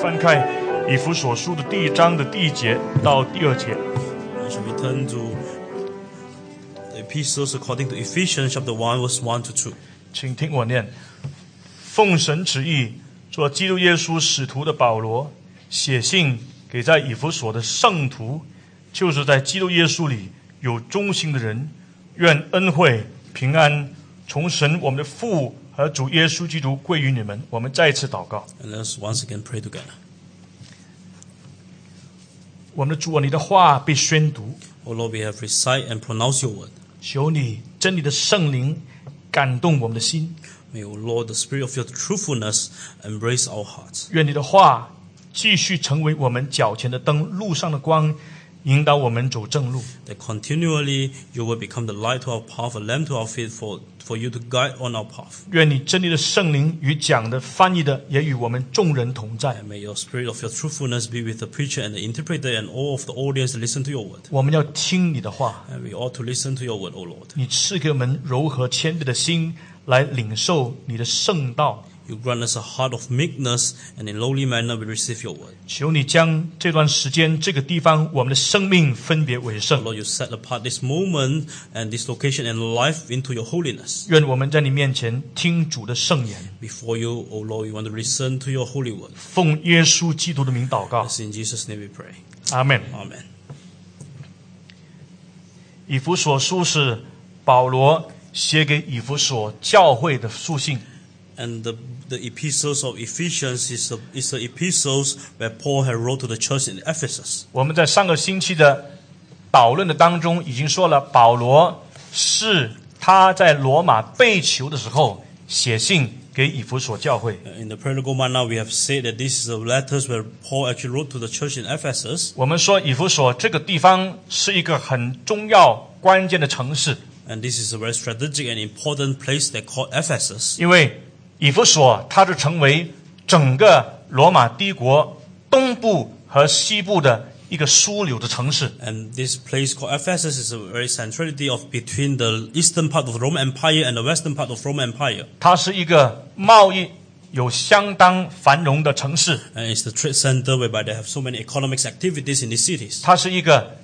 翻开以弗所书的第一章的第一节到第二节。 I shall return to the epistles according to Ephesians chapter 1, verse 1 to 2. 请听我念：奉神旨意，做基督耶稣使徒的保罗，写信给在以弗所的圣徒，就是在基督耶稣里有忠心的人，愿恩惠平安从神我们的父和主耶稣基督归于你们。我们再次祷告， And let us once again pray together. 我们的主啊，你的话被宣读， O Lord, we have recite and pronounce your word. 求你真理的圣灵感动我们的心， May, O Lord, the spirit of your truthfulness embrace our hearts. 愿你的话继续成为我们脚前的灯，路上的光，引导我们走正路。 That continually you will become the light to our path, a lamp to our feet, for, for you to guide on our path. 愿你真理的圣灵与讲的、翻译的也与我们众人同在。 And may your spirit of your truthfulness be with the preacher and the interpreter and all of the audience that listen to your word. 我们要听你的话， And we ought to listen to your word, O Lord. 你赐给我们柔和谦卑的心来领受你的圣道。 You grant us a heart of meekness, and in lowly manner we receive your word. 求你将这段时间、这个地方、我们的生命分别为圣。 Lord, you set apart this moment and this location and life into your holiness. 愿我们在你面前听主的圣言， Before you, O Lord, we want to listen to your holy word. 奉耶稣基督的名祷告， It's in Jesus' name we pray. 阿门。 Amen. 以弗所书是保罗写给以弗所教会的书信。 And the, the epistles of Ephesians is the, is the epistles where Paul had wrote to the church in Ephesus. 我们在上个星期的导论的当中已经说了，保罗是他在罗马被囚的时候写信给以弗所教会。 In the prologue manner, we have said that this is the letters where Paul actually wrote to the church in Ephesus. 我们说以弗所这个地方是一个很重要关键的城市， And this is a very strategic and important place they call Ephesus. 因为以弗所它是成为整个罗马帝国东部和西部的一个枢纽的城市。 And this place called Ephesus is a very centrality of between the eastern part of the Roman Empire and the western part of Roman Empire. 它是一个贸易有相当繁荣的城市， And it's the trade center whereby they have so many economics activities in these cities. 它是一个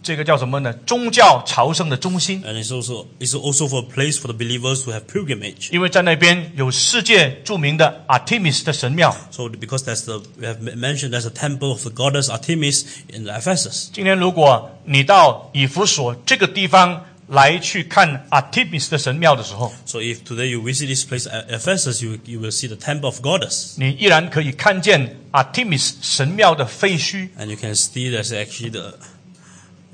这个叫什么呢？宗教朝圣的中心， And it's also it's also for a place for the believers to have pilgrimage. 因为在那边有世界著名的 Artemis 的神庙。 So because that's the we have mentioned there's a temple of the goddess Artemis in Ephesus. 今天如果你到以弗所这个地方来去看 Artemis 的神庙的时候， So if today you visit this place at Ephesus, you you will see the temple of goddess. 你依然可以看见 Artemis 神庙的废墟， And you can see there's actually the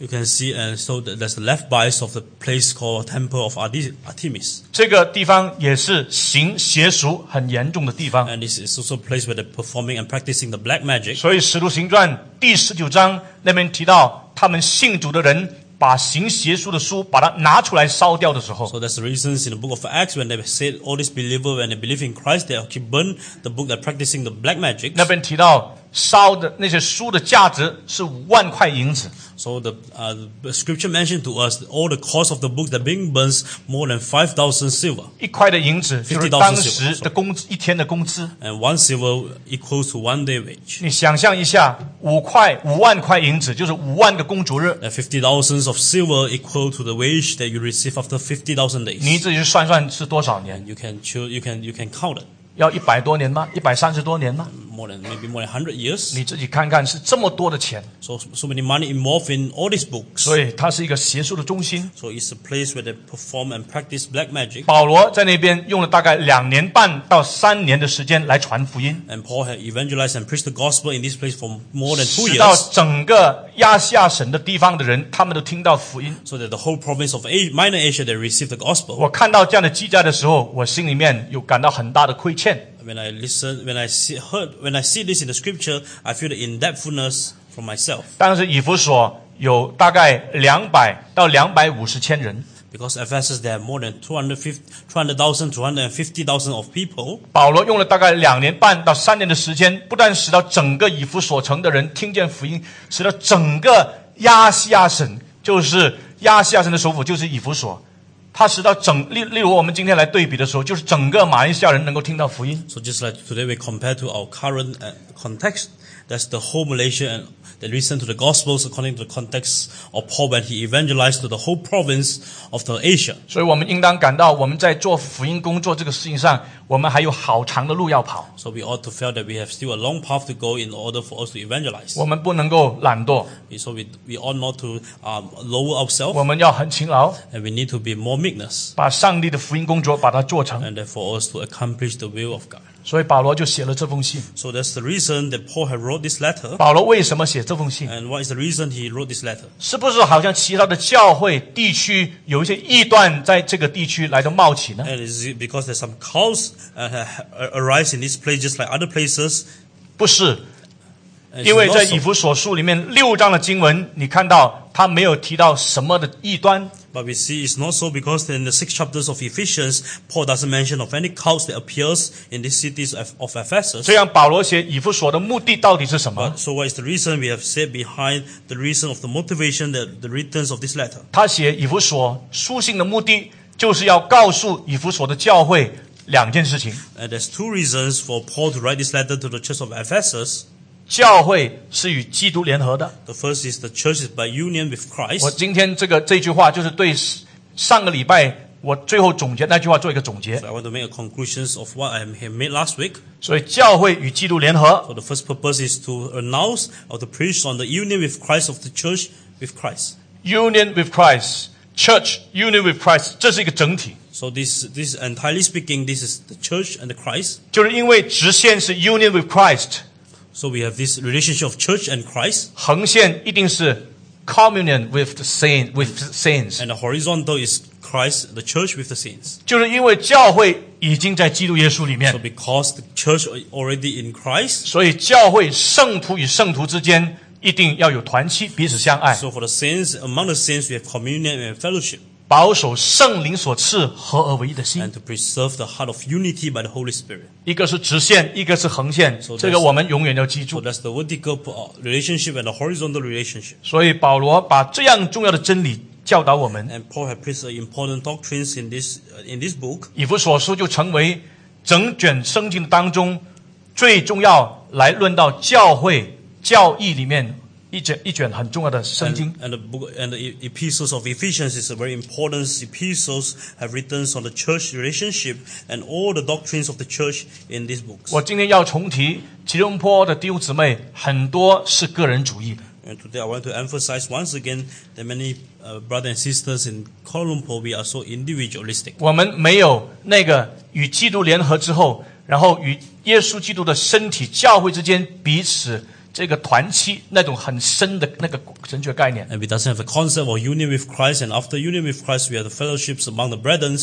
you can see and so there's the left bias of the place called Temple of Arte- Artemis. 这个地方也是行邪俗很严重的地方。 And this is also a place where they're performing and practicing the black magic. 所以《使徒行传》第十九章那边提到，他们信主的人把行邪术的书把它拿出来烧掉的时候， So that's the reasons in the book of Acts when they said all these believers, when they believe in Christ, they actually burn the book, they're practicing the black magic. 那边提到烧的那些书的价值是五万块银子， So the, uh, the scripture mentioned to us that all the cost of the books that being burnt more than 5,000 silver. 一块的银子就是50,000当时的工资一天的工资。 And one silver equals to one day wage. 你想象一下，五块五万块银子就是五万个工作日， And 50,000 Uh, of silver equal to the wage that you receive after 50,000你 days. 自己去算算是多少年？ And you can choose, you can, you can count it. 要一百多年吗？一百三十多年吗？ More than, maybe more than 100 years. 你自己看看，是这么多的钱， So, so many money involved in all these books. 所以它是一个邪术的中心。 So it's a place where they perform and practice black magic. 保罗在那边用了大概两年半到三年的时间来传福音， And Paul had evangelized and preached the gospel in this place for more than two 直到 years. 整个亚细亚省的地方的人，他们都听到福音。 So that the whole province of Asia, Minor Asia, they received the gospel. 我看到这样的记载的时候，我心里面有感到很大的亏欠， When I listen, when I see, heard, when I see this in the scripture, I feel the indebtedness from myself. 当时以弗所有大概两百到两百五十千人， Because Ephesus, there are more than 250 200,000, 250,000 of people. 保罗用了大概两年半到三年的时间，不但使到整个以弗所城的人听见福音，使到整个亚细亚省，就是亚细亚省的首府就是以弗所，它使到整例例如我们今天来对比的时候，就是整个马来西亚人能够听到福音。 So just like today we compare to our current uh, context, that's the whole Malaysia and they listen to the Gospels according to the context of Paul when he evangelized to the whole province of the Asia. 所以我们应当感到我们在做福音工作这个事情上，我们还有好长的路要跑， So we ought to feel that we have still a long path to go in order for us to evangelize. 我们不能够懒惰， So we, we ought not to um, lower ourselves 我们要很勤劳， and we need to be more meekness 把上帝的福音工作把它做成。 and therefore us to accomplish the will of God. 所以保罗就写了这封信。 So that's the reason that Paul had wrote this letter. 保罗为什么写这封信？ And what is the reason he wrote this letter? 是不是好像其他的教会地区有一些异端在这个地区来的冒起呢？ And is it because there's some cults uh, ha- ha- arise in this place just like other places? 不是， And 因为 it's 在 not 以 so. 弗所书里面六章的经文，你看到他没有提到什么的异端， But we see it's not so because in the six chapters of Ephesians, Paul doesn't mention of any cults that appears in these cities of, of Ephesus. 这样保罗写以弗所的目的到底是什么？ So what is the reason we have said behind the reason of the motivation that the returns of this letter? 他写以弗所书信的目的就是要告诉以弗所的教会两件事情： And there's two reasons for Paul to write this letter to the church of Ephesus. 教会是与基督联合的。 The first is the church is by union with 我 Christ. 今天这个这句话就是对上个礼拜我最后总结那句话做一个总结。 I want to make a conclusions of what I have made last week. 所以教会与基督联合， So the first purpose is to announce or to preach on the union with Christ of the church with Christ. Union with Christ, Church Union with Christ，这是一个整体， So this, this entirely speaking, this is the church and the Christ. 就是因为直线是 Union with Christ， So we have this relationship of church and Christ, 横线一定是 Communion with the saint with saints， and the horizontal is Christ, the church with the saints. 就是因为教会已经在基督耶稣里 So 面， because the church are already in Christ, 所以教会圣徒与圣徒之间一定要有团契，彼此相爱， so for the saints, among the saints we have communion and fellowship, 保守圣灵所赐合而为一的心 and。to preserve the heart of unity by the Holy Spirit. 一个是直线，一个是横线， So 这个 there's- 我们永远要记 So 住。 that's the vertical uh, relationship and the horizontal relationship. 所以保罗把这样重要的真理教导我们。 And Paul has preached important doctrines in this uh, in this book. 以弗所书就成为整卷圣经当中最重要来论到教会教义里面一卷一卷很重要的圣 And, 经。 and the book and the e- epistles of Ephesians is a very important epistles have written on the church relationship and all the doctrines of the church in these books. 我今天要重提吉隆坡的弟兄姊妹，很多是个人主义的， And today I want to emphasize once again that many uh, brothers and sisters in Kuala Lumpur we are so individualistic. 我们没有那个与基督联合之后，然后与耶稣基督的身体教会之间彼此这个团契那种很深的那个神学概念。 And we doesn't have a concept of union with Christ and after union with Christ we have the fellowships among the brethren.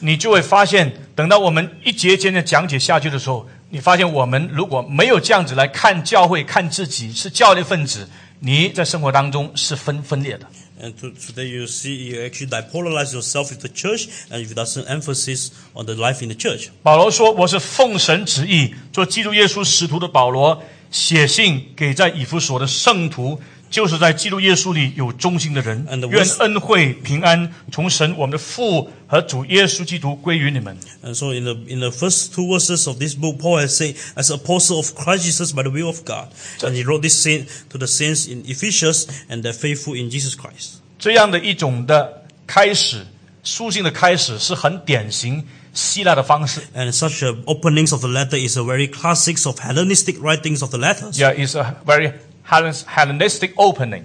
你就会发现，等到我们一节一节的讲解下去的时候，你发现我们如果没有这样子来看教会、看自己是教练分子，你在生活当中是分分裂的。 And to, today you see you actually dipolarize yourself with the church and you doesn't emphasis on the life in the church. 保罗说：“我是奉神旨意，做基督耶稣使徒的保罗，写信给在以弗所的圣徒，就是在基督耶稣里有忠心的人 And the。愿 wisdom- 恩惠、平安从神我们的父和主耶稣基督归于你们。” And so in the in the first two verses of this book, Paul has said, as apostle of Christ Jesus by the will of God. And he wrote this saint to the saints in Ephesus and they're faithful in Jesus Christ. 这样的一种的开始，书信的开始是很典型希腊的方式。 And such a openings of the letter is a very classics of Hellenistic writings of the letters. Yeah, it's a very Hellen- Hellenistic opening.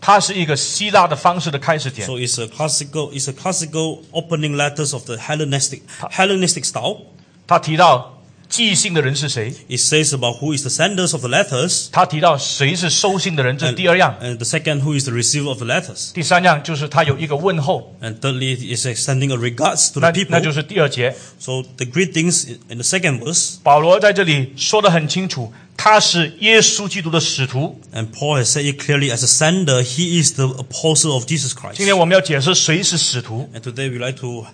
它是一个希腊的方式的开始点。 So it's a classical it's a classical opening letters of the Hellenistic Hellenistic style. 他提到寄信的人是谁， It says about who is the senders of the letters. 他提到谁是收信的人，这是 And, 第二样。 and the second, who is the receiver of the letters. 第三样就是他有一个问候， And thirdly, is extending a regards to 那 the people. 那就是第二节。 So the greetings in- in the second verse. 保罗在这里说得很清楚，他是耶稣基督的使徒。 And Paul has said it clearly as a sender, he is the apostle of Jesus Christ. 今天我们要解释谁是使徒。 And today we like to uh,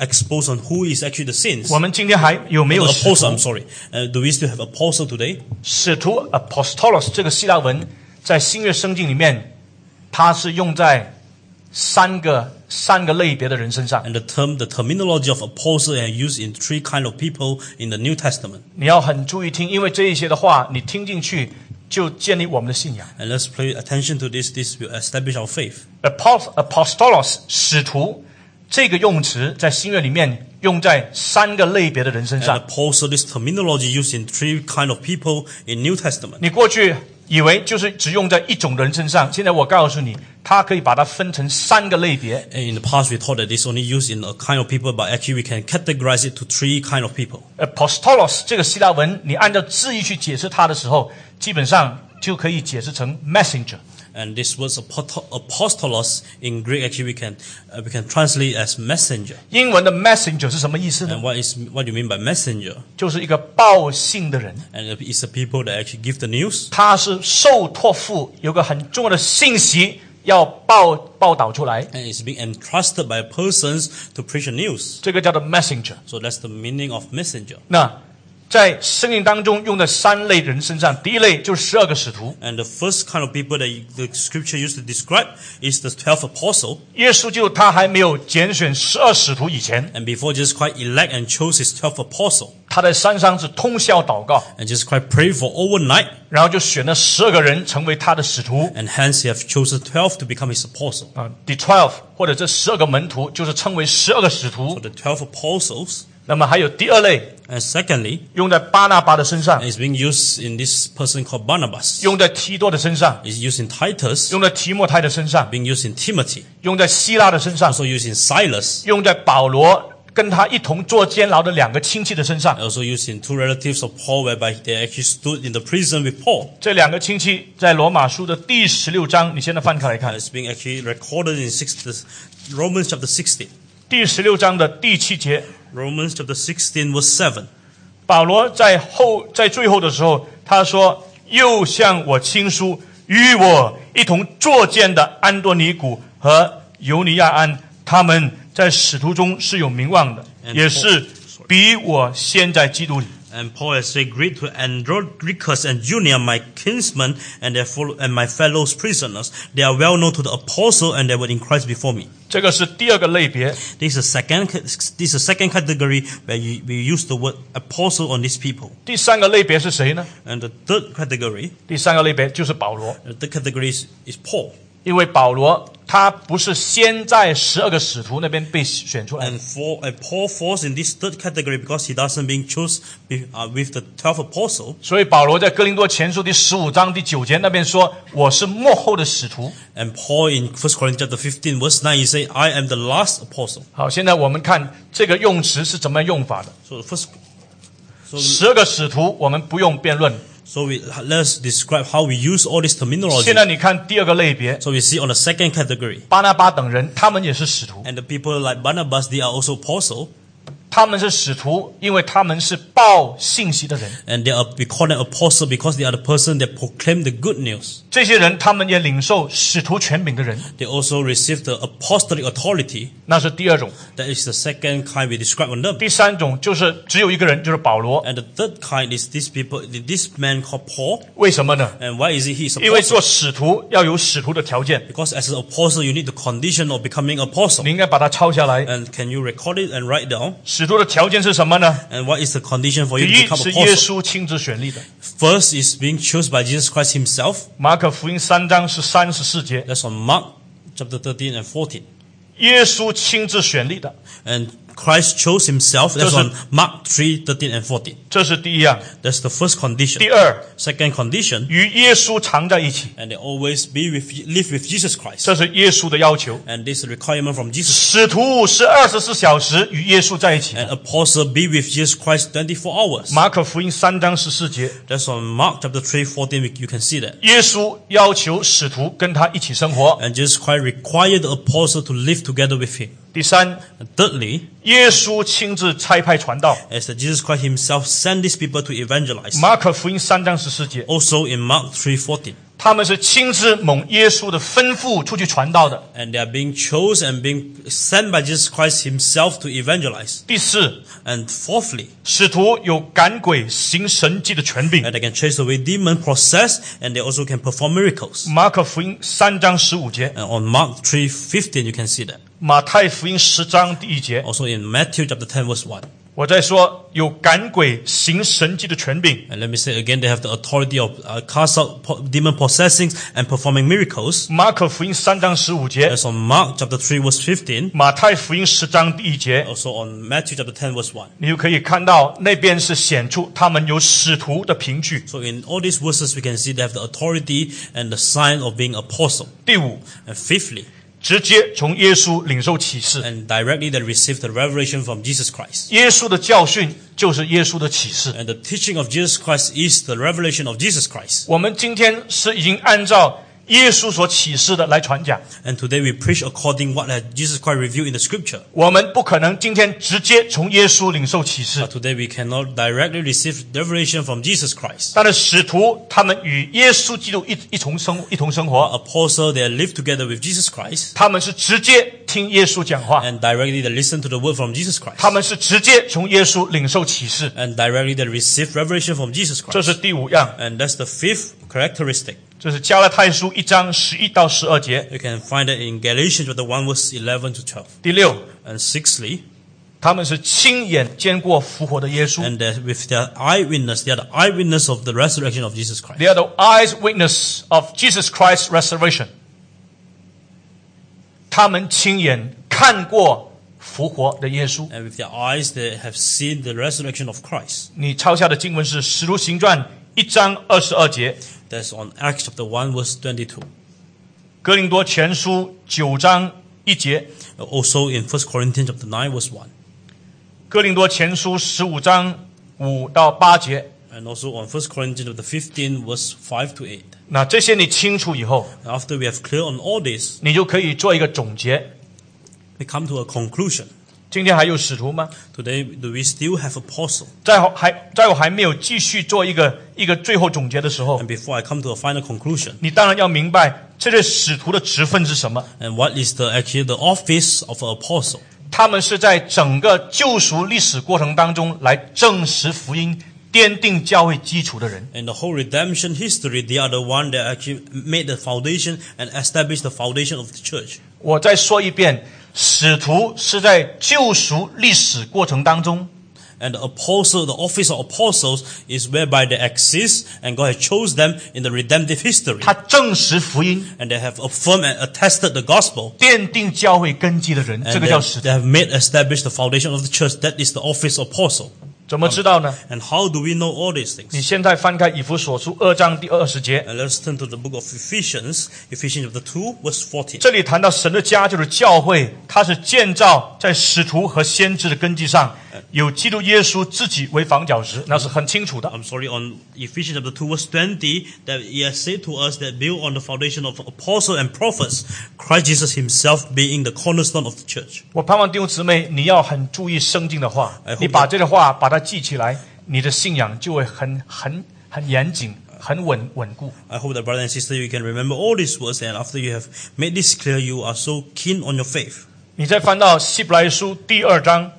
expose on who is actually the saints. 我们今天还有没 The 有使徒 apostle, I'm sorry. Uh, do we still have apostle today? 使徒 apostolos 这个希腊文在新约圣经里面，它是用在三个三个类别的人身上。 And the term, the terminology of apostle are used in three kind of people in the New Testament. 你要很注意听，因为这一些的话，你听进去就建立我们的信仰。 And let's pay attention to this. This will establish our faith. apost apostolos 使徒这个用词在新约里面用在三个类别的人身 And 上。 apostle, this terminology used in three kind of people in New Testament. 你过去以为就是只用在一种人身上，现在我告诉你，它可以把它分成三个类别。 And in the past, we thought that it's only used in a kind of people, but actually we can categorize it to three kind of people. 呃 apostolos 这个希腊文，你按照字义去解释它的时候，基本上就可以解释成 messenger。 And this word apoto- apostolos in Greek actually we can uh, we can translate as messenger. 英文的 messenger 是什么意思呢 And？what is what do you mean by messenger? 就是一个报信的人， And it's the people that actually give the news. 他是受托付，有个很重要的信息要报报道出来， And it's being entrusted by persons to preach the news. 这个叫做 messenger。 So that's the meaning of messenger. 那在圣经当中用的三类人身上，第一类就是十二个使徒， And the first kind of people that you- the scripture used to describe is the 12 apostle. 耶稣就他还没有拣选十二使徒以前， And before Jesus Christ elect and chose his 12 apostle. 他在山上是通宵祷告， And Jesus Christ prayed for overnight. 然后就选了十二个人成为他的使徒 And hence he have chosen 12 to become his apostle. 啊，the twelve 或者这十二个门徒就是称为十二个使 For 徒。 the 12 apostles. 那么还有第二类 And secondly, 用在巴拿巴的身上 And，it's being used in this person called Barnabas. 用在提多的身上， It's used in Titus, 用在提莫泰的身上， being used in Timothy, 用在希拉的身上， also used in Silas, 用在保罗跟他一同坐监牢的两个亲戚的身上。 also used in two relatives of Paul, whereby they actually stood in the prison with Paul. 这两个亲戚在罗马书的第十六章，你现在翻开来 And 看， it's being actually recorded in 60, Romans chapter 16. 第十六章的第七节， Romans chapter 16, verse 7. 保罗在后在最后的时候，他说：“又向我亲书，与我一同作践的安多尼古和尤尼亚安，他们在使徒中是有名望的， And 也是比我先在基督里。 And Paul has said, Greet to Andronicus and Junior, my kinsmen, and their follow, and my fellow prisoners. They are well known to the apostle, and they were in Christ before me. ”这个是第二个类别， This is a second. This is a second category where you, we use the word apostle on these people. 第三个类别是谁呢？ And the third category, 第三个类别就是保罗， the third category is, is Paul. 因为保罗他不是先在十二个使徒那边被选出来的 And for and Paul falls in this third category because he doesn't being chosen be- uh, with the twelve apostle. 所以保罗在哥林多前书第十五章第九节那边说：“我是幕后的使徒。 And Paul in 1 Corinthians chapter 15 verse 9 he say, I am the last apostle. ”好，现在我们看这个用词是怎么样用法的。 So the first so, 十二个使徒我们不用辩论。 so we, let's describe how we use all this terminology. 现在你看第二个类别， So we see on the second category. 巴拿巴等人，他们也是使徒， And the people like Barnabas, they are also apostle. 他们是使徒，因为他们是报信息的人。 And they are we call them apostle because they are the person that proclaim the good news. 这些人，他们也领受使徒权柄的人， They also receive the apostolic authority. 那是第二种。 That is the second kind we describe on them. 第三种就是只有一个人，就是保罗。 And the third kind is these people, this man called Paul. 为什么呢？ And why is he he's 因为做 apostle? 使徒要有使徒的条件， Because as an apostle, you need the condition of becoming apostle. 你应该把它抄下来。 And can you record it and write down? 使徒的条件是什么呢？ And what is the condition for you 第 to 一 become 是耶 apostle? 稣亲自选立的，《 First is being chosen by Jesus Christ himself. 马可福音》三章是三十四节， That's on Mark chapter 13 and 14. 耶稣亲自选立的， And Christ chose himself. That's on Doesn't- Mark 3, 13 and 14. 这是第一样。 That's the first 第 condition. 二， Second condition, 与耶稣常在一起， and they always be with, live with Jesus Christ. 这是耶稣的要求。 And this is a requirement from Jesus. 使徒是二十四小时与耶稣在一起，《 An apostle be with Jesus Christ 24 hours. 马可福音》三章十四节， That's on Mark chapter 3, 14. we- You can see that. 耶稣要求使徒跟他一起生活。 And Jesus Christ required the apostle to live together with him. 第三， And thirdly, 耶稣亲自差派传道， is that Jesus Christ himself sent these people to 《 evangelize. 马可福音》三章十四节。 Also in Mark 3, 14. 他们是亲自蒙耶稣的吩咐出去传道的。 and they are being chosen and being sent by Jesus Christ himself to evangelize. 第四， And fourthly, 使徒有赶鬼行神迹的权柄。 that they can chase away demon process and they also can perform miracles. 马可福音三章十五节， And Uh, on Mark 3:15 you can see that. 马太福音十章第一节， Also in Matthew chapter 10 verse 1. 我在说有赶鬼行神迹的权柄。 And let me say again they have the authority of uh, cast out po- demon possessing and performing miracles. 马可福音三章十五节， That's on Mark chapter 3 verse 15. 马太福音十章第一节， Also on Matthew chapter 10 verse 1. 你就可以看到那边是显出他们有使徒的凭据。 So in all these verses we can see they have the authority and the sign of being apostle. 第五， And fifthly, 直接从耶稣领受启示。 and directly they received the revelation from Jesus Christ. 耶稣的教训就是耶稣的启示。 And the teaching of Jesus Christ is the revelation of Jesus Christ. 我们今天是已经按照耶稣所启示的来传讲， And today we preach according what had Jesus Christ revealed in the scripture. 我们不可能今天直接从耶稣领受启示 But。today we cannot directly receive revelation from Jesus Christ. 但是使徒他们与耶稣基督一一同生一同生活， Apostle, they live together with Jesus Christ 他们是直接听耶稣讲话， and directly they listen to the word from Jesus 他 Christ. 们是直接从耶稣领受启示。 And directly they receive revelation from Jesus 这是 Christ. 第五样， And that's the fifth characteristic. 这是加拉太书一章十一到十二节。 You can find it in Galatians chapter 1 verse 11 to 12. 第六， And sixthly, 他们是亲眼见过复活的耶稣。 and that with their eyewitness, they are the eyewitness of the resurrection of Jesus Christ. They are the eyes witness of Jesus Christ's resurrection。他们亲眼看过复活的耶稣。 And with their eyes, they have seen the resurrection of Christ. 你抄下的经文是《使徒行传》一章二十二节，《 That's on Acts chapter 1 verse 22. 哥林多前书》九章一节，《 Also in 1 Corinthians chapter 9 verse 1. 哥林多前书》十五章五到八节。 And also on 1 Corinthians chapter 15 verse 5 to 8. 那这些你清楚以后， And after we have clear on all this, 你就可以做一个总结。 we come to a conclusion. 今天还有使徒吗？ Today, do we still have apostle? 在我还在我还没有继续做一个一个最后总结的时候 And，before I come to a final conclusion, 你当然要明白这些使徒的职分是什么。 and what is the actually the office of an apostle? 他们是在整个救赎历史过程当中来证实福音、奠定教会基础的人。 In the whole redemption history, they are the one that actually made the foundation and established the foundation of the church. 我再说一遍，使徒是在救赎历史过程当中， And the apostle, the office of apostles is whereby they exist and God has chose them in the redemptive history. 他证实福音、 And they have affirmed and attested the gospel. 奠定教会根基的人，这 And 个 they 叫使 have, 徒。 they have made established the foundation of the church. That is the office of apostle. 怎么知道呢？ And how do we know all these 你 things? 现在翻开以弗所书二章第二十节， And let's turn to the book of Ephesians, Ephesians chapter 2, verse 14. 这里谈到神的家就是教会，它是建造在使徒和先知的根基上，有基督耶稣自己为房角石，那是很清楚的。 I'm sorry, on Ephesians chapter 2, verse 20, that he has said to us that build on the foundation of apostles and prophets, Christ Jesus himself being the cornerstone of the church. 我盼望弟兄姊妹，你要很注意圣经的话 I hope，你把这个话把它记起来，你的信仰就会很很很严谨，很稳稳固。 I hope that, brother and sister, you can remember all these words, and after you have made this clear, you are so keen on your faith. 你再翻到希伯来书第二章，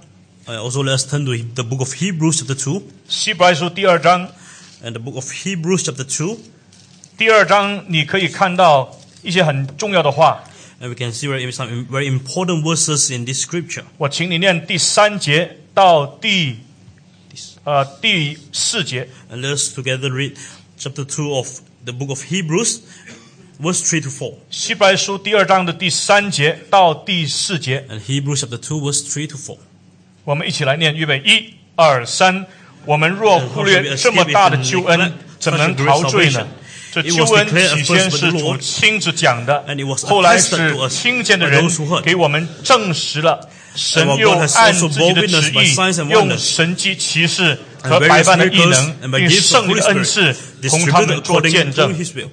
Uh, also, let's turn to the book of Hebrews, chapter 2. 希伯来书第二章， And the book of Hebrews, chapter 2, 第二章你可以看到一些很重要的话。 and we can see very, some very important verses in this scripture. 我请你念第三节到第呃第四节。 And let's together read chapter 2 of the book of Hebrews, verse 3 to 4. 希伯来书第二章的第三节到第四节， And Hebrews, chapter 2, verse 3 to 4. 我们一起来念，预备，一、二、三。我们若忽略这么大的救恩，怎能陶醉呢？这救恩起先是主亲自讲的，后来是听见的人给我们证实了。神又按自己的旨意，用神机骑士和 And 百 various 般的异 miracles 能 and by 并 gifts of 圣灵 Holy 的恩赐 Spirit，同他 distributed 们做 according 见 to 证。 His will.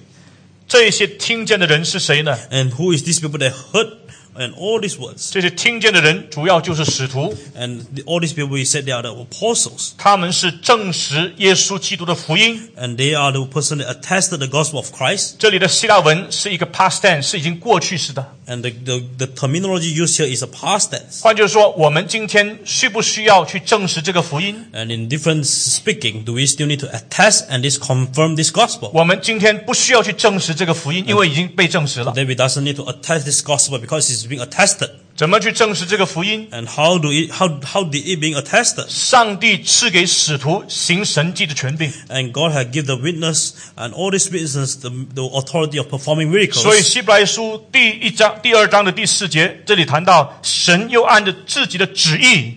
这些听见的人是谁呢？ And who is these people that heard and all these words. 这些听见的人主要就是使徒， And the, all these people, we said they are the apostles. 他们是证实耶稣基督的福音。 And they are the person that attested the gospel of Christ. 这里的希腊文是一个 past tense，是已经过去式的。 And the, the, the terminology used here is a past tense. 换句话说，我们今天需不需要去证实这个福音？ And in different speaking, do we still need to attest and this confirm this gospel? 我们今天不需要去证实这个福音，因为已经被证实了。 Then we doesn't need to attest this gospel because it's being attested. 怎么去证实这个福音？ And how do it, how, how did it being attested? 上帝赐给使徒行神迹的权柄， And God had give the witness and all these witnesses the, the authority of performing miracles. 所以希伯来书第一章、第二章的第四节，这里谈到神又按着自己的旨意，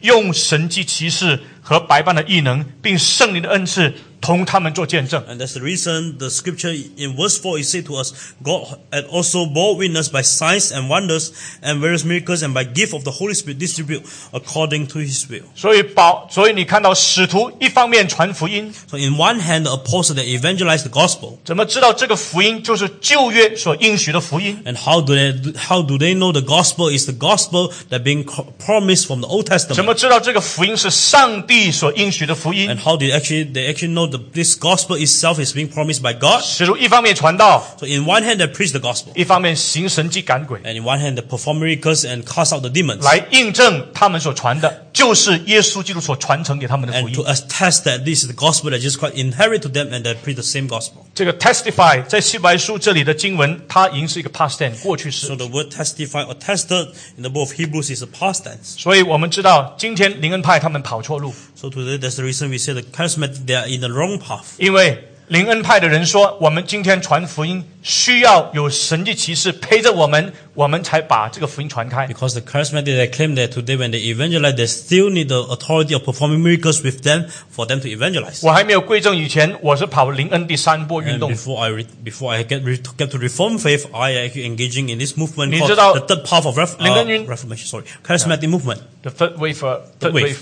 用神迹奇事和白般的异能，并圣灵的恩赐，同他们做见证。 And that's the reason the scripture in verse 4 it said to us, God had also bore witness by signs and wonders and various miracles and by gift of the Holy Spirit distribute according to his will. 所以保，所以你看到使徒一方面传福音， So in one hand, the apostle that evangelized the gospel. 怎么知道这个福音就是旧约所应许的福音？ And how do they, how do they know the gospel is the gospel that being co- promised from the Old 怎 Testament? 么知道这个福音是上帝所应许的福音 And？how do they actually, they actually know that this gospel itself is being promised by God? 使徒一方面传道， So in one hand, they preach the gospel. 一方面行神迹赶鬼， And in one hand, they perform miracles and cast out the demons. 来印证他们所传的就是耶稣基督所传承给他们的福 and to 音。 attest that this is the gospel that Jesus Christ inherited to them and they preach the same gospel. 这个 testify 在希伯来书这里的经文，它已经是一个 past tense 过去 So 式。 the word testify or tested in the book of Hebrews is a past tense. 所以我们知道，今天灵恩派他们跑错路， So today that's the reason we say the charismatic they are in the wrong path. 因为灵恩派的人说，我们今天传福音需要有神迹奇事陪着我们，我们才把这个福音传开。 Because the charismatic they claim that today when they evangelize, they still need the authority of performing miracles with them for them to evangelize. 我还没有归正以前，我是跑灵恩第三波运 And 动。 before I re- before I get, re- get to reform faith, I actually engaging in this movement 你 called 知道 the third path of ref- 灵恩运 uh, reformation. Sorry, charismatic movement. The third wave, uh, The third wave. wave.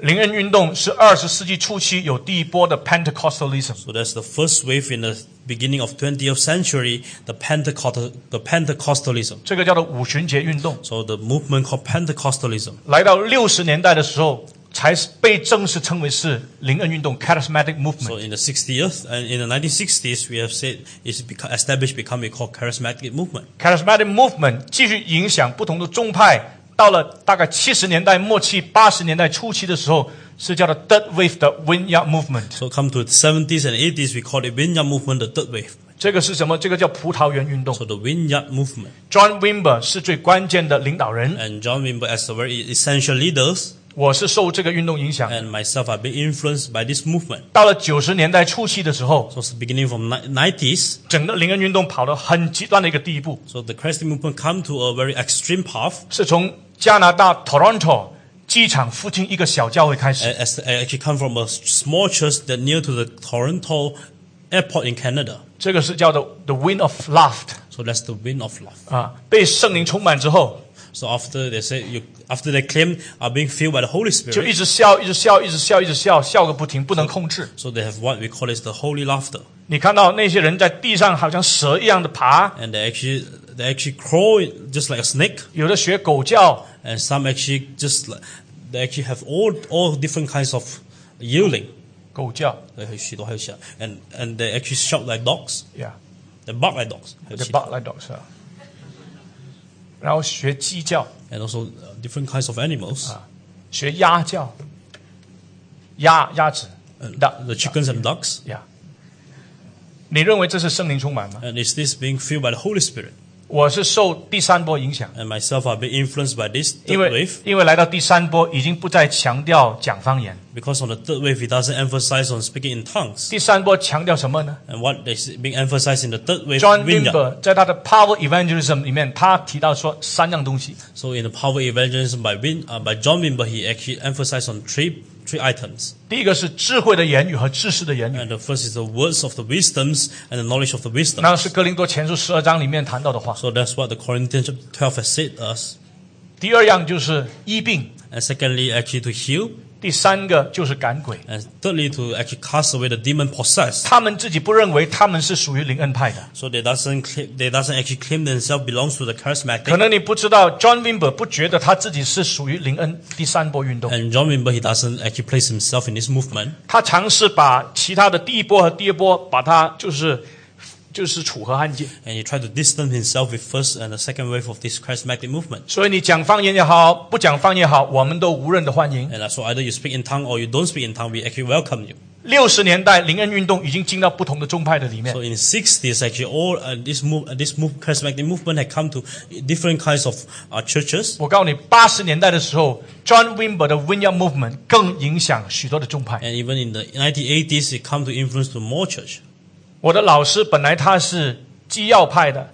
灵恩运动是二十世纪初期有第一波的 Pentecostalism， So that's the first wave in the beginning of 20th century, the Pentecostal, the Pentecostalism. 这个叫做五旬节运动。 So the movement called Pentecostalism. 来到六十年代的时候，才是被正式称为是灵恩运动 （Charismatic So Movement）。 in the 60th and in the 1960s, we have said it's beco- established, become we call charismatic movement. Charismatic Movement 继续影响不同的宗派。到了大概七十年代末期、八十年代初期的时候，是叫做 Third Wave 的 Vineyard Movement。 So come to the 70s and 80s, we call it Vineyard movement, the third wave. 这个是什么？这个叫葡萄园运动。 So the Vineyard movement. John Wimber 是最关键的领导人。 And John Wimber as the very essential leaders, 我是受这个运动影响。 and myself have been influenced by this movement. 到了九十年代初期的时候， So it's beginning from ni- 90s. 整个灵恩运动跑到很极端的一个地步， So the charismatic movement come to a very extreme path. 是从加拿大 Toronto 机场附近一个小教会开始。 as I actually come from a small church that near to the Toronto airport in Canada. 这个是叫做 The Wind of Love So that's the wind of love. 啊，被圣灵充满之后， So after they say you, after they claim are being filled by the Holy 就 Spirit, 一直笑，一直笑，一直笑，一直笑，笑个不停，不能控制。 so they have what we call is the holy laughter, 你看到那些人在地上好像蛇一样的爬， and they actually they actually crawl just like a snake, 有的学狗叫， and some actually just like, they actually have all all different kinds of yielding. 狗叫 And and they actually shout like dogs, ，Yeah， they bark like dogs, 就 bark like dogs 啊。然后学鸡叫， and also uh, different kinds of animals, Ah. 啊学鸭叫，鸭鸭子 uh, the chickens and ducks. ，Yeah。你认为这是圣灵充满吗？ And is this being filled by the Holy Spirit? 我是受第三波影响， And myself are being influenced by this 因 third 为 wave 因为来到第三波已经不再强调讲方言。 because on the third wave it doesn't emphasize on speaking in tongues. 第三波强调什么呢 And what is being emphasized in the third wave ？John vineyard. Wimber 在他的 Power Evangelism 里面，他提到说三样东西： So in the power evangelism by Win, uh, by John Wimber, he actually emphasized on three three items. 第一个是智慧的言语和知识的言语， And the first is the words of the wisdoms and the knowledge of the wisdom. 那是哥林多前书十二章里面谈到的话； So that's what the Corinthians chapter 12 has said to us. 第二样就是医病， And secondly, actually to heal. 第三个就是赶鬼， And thirdly, to actually cast away the demon possessed. 他们自己不认为他们是属于灵恩派的。 So they doesn't claim, they doesn't actually claim themselves belongs to the 可 charismatic. 能你不知道，John Wimber 不觉得他自己是属于灵恩第三波运动， And John Wimber, he doesn't actually place himself in this movement. 他尝试把其他的第一波和第二波把它就是就是楚河汉界。 And he tried to distance himself with first and the second wave of this charismatic movement. 所以你讲方言也好，不讲方言也好，我们都无人的欢迎。 And uh, so either you speak in tongue or you don't speak in tongue, we actually welcome you. 六十年代灵恩运动已经进到不同的宗派的里面 So，in 60s, actually, all uh, this move, uh, this move, charismatic movement had come to different kinds of uh, churches. 我告诉你，八十年代的时候，John Wimber 的 Winya Movement 更影响许多的宗派。 And even in the 1980s, it come to influence to more church. 我的老师本来他是基要派的，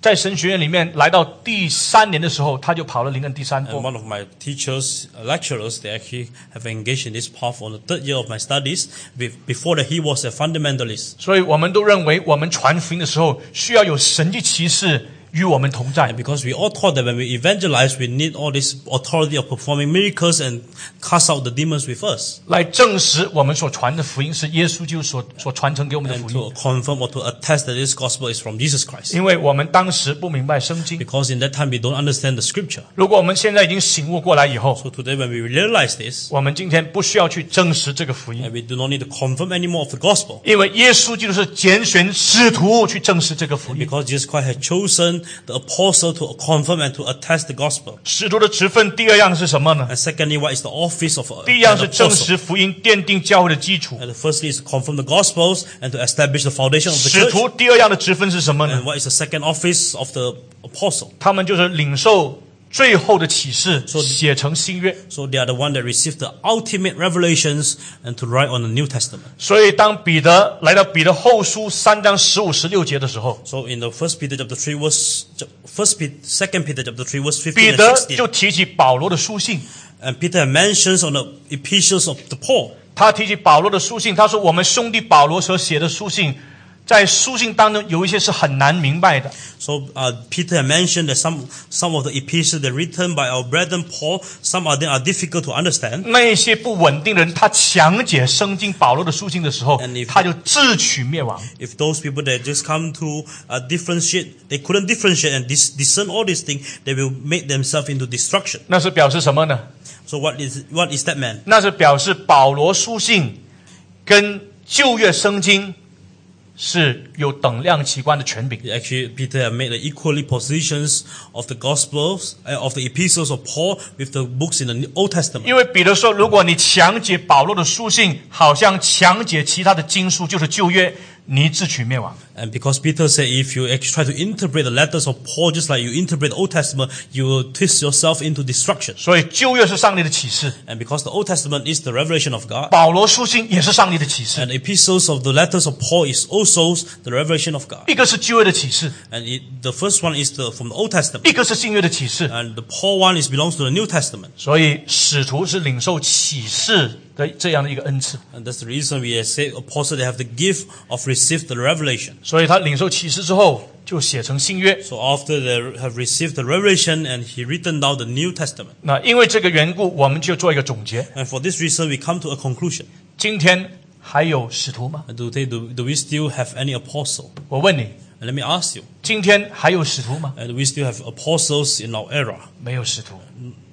在神学院里面来到第三年的时候，他就跑了灵恩第三 And 波。 one of my teachers, uh, lecturers, they actually have engaged in this path on the third year of my studies. be- Before that, he was a fundamentalist. 所以我们都认为，我们传福音的时候需要有神迹骑士与我们同在 And。because we all thought that when we evangelize, we need all this authority of performing miracles and cast out the demons with us. 来证实我们所传的福音是耶稣基督所所传承给我们的 And 福音， to confirm or to attest that this gospel is from Jesus Christ. 因为我们当时不明白圣经。 Because in that time, we don't understand the scripture. 如果我们现在已经醒悟过来以后， So today, when we realize this, 我们今天不需要去证实这个福音， and we do not need to confirm any more of the gospel. 因为耶稣基督是拣选使徒去证实这个福音。 Because Jesus Christ had chosen the apostle to confirm and to attest the gospel. 使徒的职分第二样是什么呢？ And secondly, what is the office of a- 第一样 an 是证 apostle? 实福音，奠定教会的基础。 And the firstly is to confirm the gospels and to establish the foundation of the 使 church. 徒第二样的嗯职分是什么呢 And？what is the second office of the apostle? 他们就是领受最后的启示， So- 写成新约。 So they are the one that received the ultimate revelations and to write on the New Testament. 所以，当彼得来到彼得后书三章十五、十六节的时候， So in the first Peter chapter three verse chap- first Peter, second Peter chapter three verse 彼 fifteen 得 and sixteen. 就提起保罗的书信。 And Peter mentions on the epistles of the Paul. 他提起保罗的书信，他说：“我们兄弟保罗所写的书信，在书信当中有一些是很难明白的。 So uh, Peter had mentioned that some some of the epistles that are written by our brethren Paul, some of them are difficult to understand. 那一些不稳定的人，他强解圣经保罗的书信的时候 And，if- 他就自取灭亡。 If those people that just come to uh, differentiate, they couldn't differentiate and dis- discern all these things, they will make themselves into destruction. 那是表示什么呢？ So what is what is that man? 那是表示保罗书信跟旧约圣经是有等量齐观的权柄。 Actually, Peter had made the equally positions of the Gospels, uh, of the epistles of Paul with the books in the New- Old Testament. 因为彼得说，如果你强解保罗的书信，好像强解其他的经书，就是旧约，你自取灭亡。 And because Peter said, if you actually try to interpret the letters of Paul just like you interpret the Old Testament, you will twist yourself into destruction. 所以旧约是上帝的启示。 And because the Old Testament is the revelation of God, 保罗书信也是上帝的启示， and the epistles of the letters of Paul is also the revelation of God. 一个是旧约的启示， And it, the first one is the, from the Old Testament, 一个是新约的启示。 and the Paul one is belongs to the New Testament. 所以使徒是领受启示的这样的一个恩赐， And that's the reason we say apostle they have the gift of received the revelation. 所以他领受启示之后就写成新约。 So after they have received the revelation, and he written down the New Testament. 那因为这个缘故，我们就做一个总结。 And for this reason, we come to a conclusion. 今天还有使徒吗？ And do, they, do, do we still have any apostle? 我问你， And let me ask you, 今天还有使徒吗？ and do we still have apostles in our era? 没有使徒。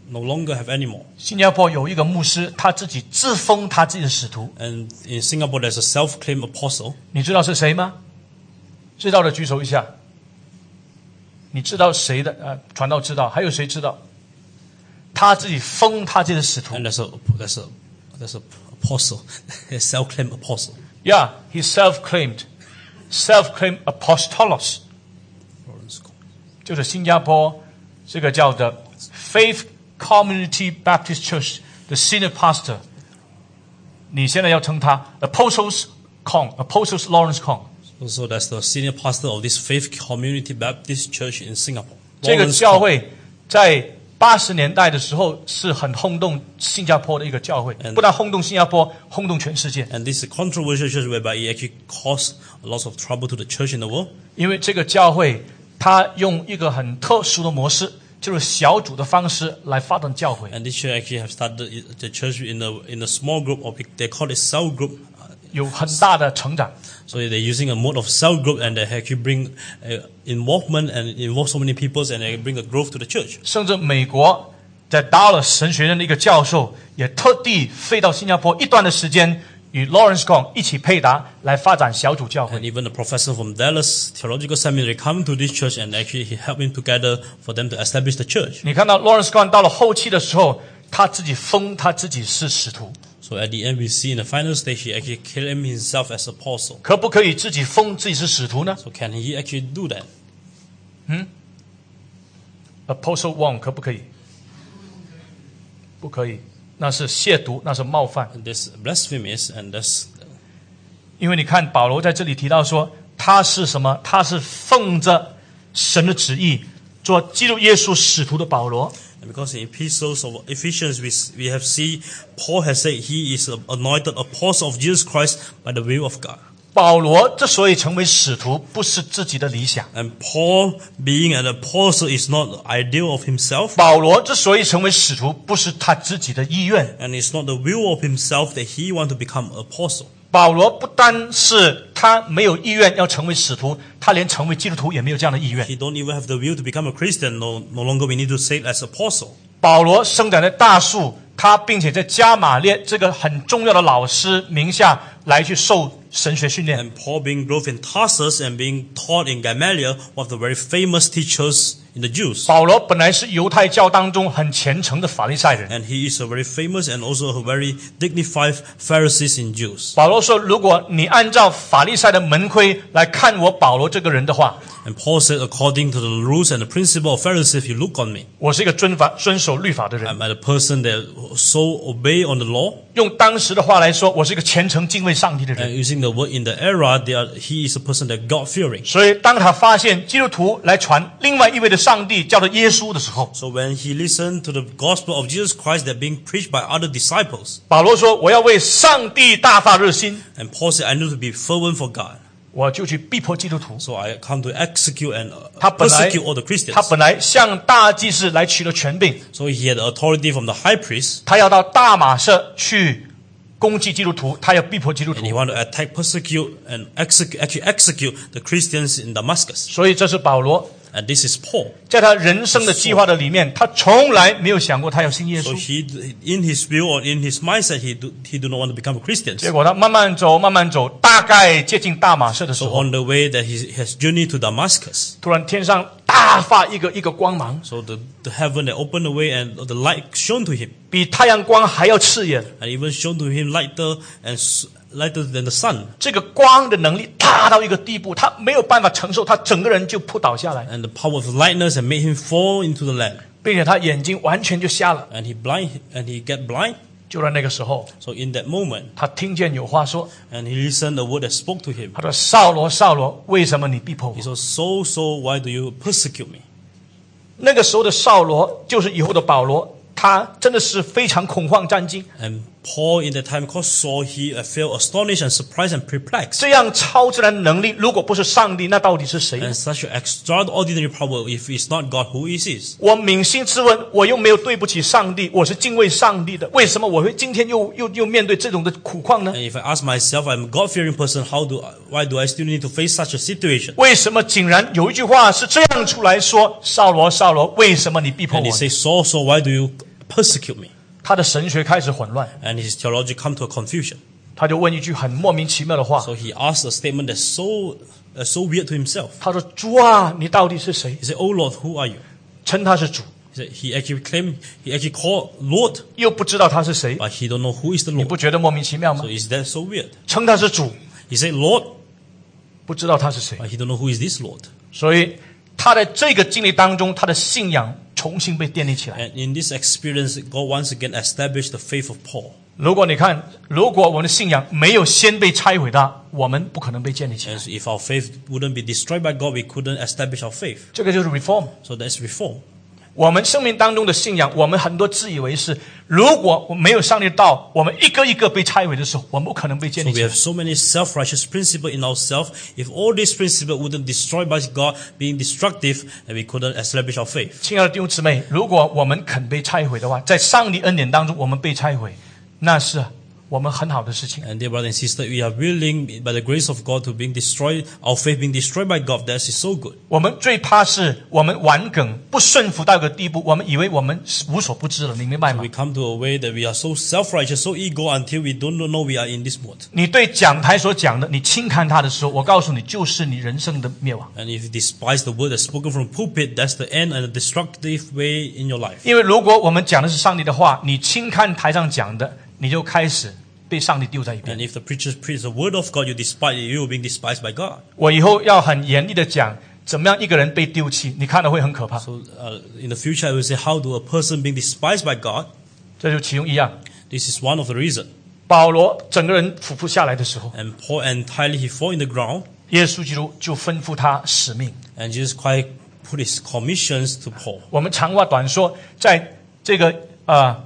No longer have any more. 新加坡有一个牧师，他自己自封他自己的使徒， And in Singapore, there's a self-claimed apostle. 你知道是谁吗？知道的举手一下。你知道谁的？呃，传道知道，还有谁知道？他自己封他自己的使徒。 And there's a there's a there's a apostle, a self-claimed apostle. Yeah, he self-claimed, self-claimed apostolos， Lawrence Kong. 就是新加坡这个叫的 Faith Community Baptist Church 的 senior pastor。你现在要称他 Apostles Kong，Apostles Lawrence Kong。 Also, that's the senior pastor of this faith community Baptist church in Singapore. 这个 Lawrence 教 Kong. 会在八十年代的时候是很轰动新加坡的一个教会，不但轰动新加坡，轰动全世界。 And this is a controversial church whereby it actually caused lots of trouble to the church in the world. 因为这个教会，它用一个很特殊的模式就是小组的方式来发展教会。 And this year, actually, have started i- the church in a in a small group, or they call it cell group. Uh, 有很大的成长。 So they're using a mode of cell group, and they actually bring uh, involvement and involve so many peoples, and they bring a growth to the church. 甚至美国在 Dallas 神学院的一个教授也特地飞到新加坡一段的时间，与 Lawrence Gong 一起配搭来发展小组教会。 And even a professor from Dallas Theological Seminary come to this church, and actually he helped him together for them to establish the church. 你看到 Lawrence Gong 到了后期的时候，他自己封他自己是使徒， So at the end, we see in the final stage, he actually claimed himself as apostle. 可不可以自己封自己是使徒呢 So can he actually do that? ？Apostle Wong 可不可以？不可以，那是亵渎，那是冒犯。 This blasphemous, and that's 因为你看保罗在这里提到说，他是什么？他是奉着神的旨意做基督耶稣使徒的保罗。 And Because in epistles of Ephesians, we, we have seen Paul has said he is an anointed apostle of Jesus Christ by the will of God. 保罗之所以成为使徒，不是自己的理想； And Paul, being an apostle, is not the ideal of himself, 保罗之所以成为使徒，不是他自己的意愿。 and it's not the will of himself that he want to become apostle. 保罗不单是他没有意愿要成为使徒，他连成为基督徒也没有这样的意愿。 He don't even have the will to become a Christian. No, no longer we need to say it as apostle. 保罗生长在大树，他并且在加马列这个很重要的老师名下来去受神学训练。 And Paul, being growth in Tarsus and being taught in Gamaliel, one of the very famous teachers in the Jews, 保罗本来是犹太教当中很虔诚的法利赛人。 and he is a very famous and also a very dignified Pharisees in Jews. 保罗说：“如果你按照法利赛的门规来看我保罗这个人的话， And Paul said, according to the rules and the principle of Pharisees, if you look on me, 我是一个遵法遵守律法的人。” I'm a person that so obey on the law. 用当时的话来说，我是一个虔诚敬畏上帝的人。 And using the word in the era, they are, he is a person that God fearing. 所以，当他发现基督徒来传另外一位的上帝叫做耶稣的时候， So when he listened to the gospel of Jesus Christ that being preached by other disciples, 保罗说：“我要为上帝大发热心， and Paul said, I need to be fervent for God. 我就去逼迫基督徒。 So I come to execute and uh, 他本来 persecute all the Christians. 他本来向大祭司来取了权柄， So he had authority from the high priest, 他要到大马社去攻击基督徒，他要逼迫基督 and he 徒。 wanted to attack, persecute, and execute, actually execute the Christians in Damascus. 所以，这是保罗 And this is Paul. 在他人生的计划的里面，他从来没有想过他要信耶 So 稣。 he, in his view or in his mindset, he do, he do not want to become a Christian. 结果，他慢慢走，慢慢走，大概接近大马社的时 So 候， on the way that he has journeyed to Damascus, 突然天上大发一个一个光芒， so the, the heaven that opened the way and the light shone to him, 比太阳光还要刺眼。 and even shone to him lighter and s- lighter than the sun. 这个光的能力大到一个地步，他没有办法承受，他整个人就扑倒下来， And the power of lightness had made him fall into the land, 并且他眼睛完全就瞎了。 and he blind and he get blind. 就在那个时候， So in that moment, 他听见有话说， and he listened the word that spoke to him. 他说：“扫罗，扫罗，为什么你逼迫我 He said, "So, so, why do you persecute me?"？” 那个时候的扫罗就是以后的保罗，他真的是非常恐慌战惊。 And Paul, in that time, called Saul. He uh, felt astonished and surprised and perplexed. 这样超自然的能力，如果不是上帝，那到底是谁呢 And？such an extraordinary power, if it's not God, who is it? 我扪心自问，我又没有对不起上帝，我是敬畏上帝的，为什么我会今天又又又面对这种的苦况呢？ And if I ask myself, I'm a God-fearing person, how do I, why do I still need to face such a situation? 为什么竟然有一句话是这样出来说：“扫罗，扫罗，为什么你逼迫 And 我 he says, Saul, Saul, why do you persecute me? ”他的神学开始混乱， And his theology come to a confusion. 他就问一句很莫名其妙的话 So he asks a statement that's so, uh, so weird to：“himself. 他说，主啊，你到底是谁 He said, Oh Lord, who are you?？” 称他是主， He said, he actually claimed, he actually called Lord, 又不知道他是谁， but he don't know who is the 你 Lord. 不觉得莫名其妙吗 So？is that so weird? 称他是主， He said, Lord, 不知道他是谁， but he don't know who is this Lord. 所以他在这个经历当中，他的信仰重新被建立起来。 And in this experience, God once again established the faith of Paul. 如果你看，如果我们的信仰没有先被拆毁的，我们不可能被建立起来。 And if our faith wouldn't be destroyed by God, we couldn't establish our faith. 这个就是 reform。 So that's reform. 我们生命当中的信仰，我们很多自以为是。如果我没有上帝的道，我们一个一个被拆毁的时候，我们不可能被建 So 立 we 起来 have。so many self-righteous principle in ourselves. If all these principle wouldn't destroy by God being destructive, then we couldn't establish our faith. 亲爱的弟兄姊妹，如果我们肯被拆毁的话，在上帝恩典当中，我们被拆毁，那是我们很好的事情。 And dear brother and sister, we are willing by the grace of God to being destroyed, our faith being destroyed by God. That is so good. 我们最怕是我们顽梗、不顺服到一个地步，我们以为我们是无所不知了，你明白吗 We？come to a way that we are so self-righteous, so ego until we don't know we are in this mode. 你对讲台所讲的，你轻看他的时候，我告诉你，就是你人生的灭亡。 And if you despise the word that's spoken from pulpit, that's the end and the destructive way in your life. 因为如果我们讲的是上帝的话，你轻看台上讲的，你就开始被上帝丢在一边。 And if the preacher preaches the word of God, you despise it, you are being despised by God. 我以后要很严厉的讲，怎么样一个人被丢弃，你看了会很可怕。 So uh, in the future, I will say, how do a person being despised by God? 这就其中一样。 This is one of the reason. 保罗整个人俯伏下来的时候， And Paul entirely he fall in the ground, 耶稣基督就吩咐他使命。 and Jesus Christ put his commissions to Paul. 我们长话短说，在这个啊、呃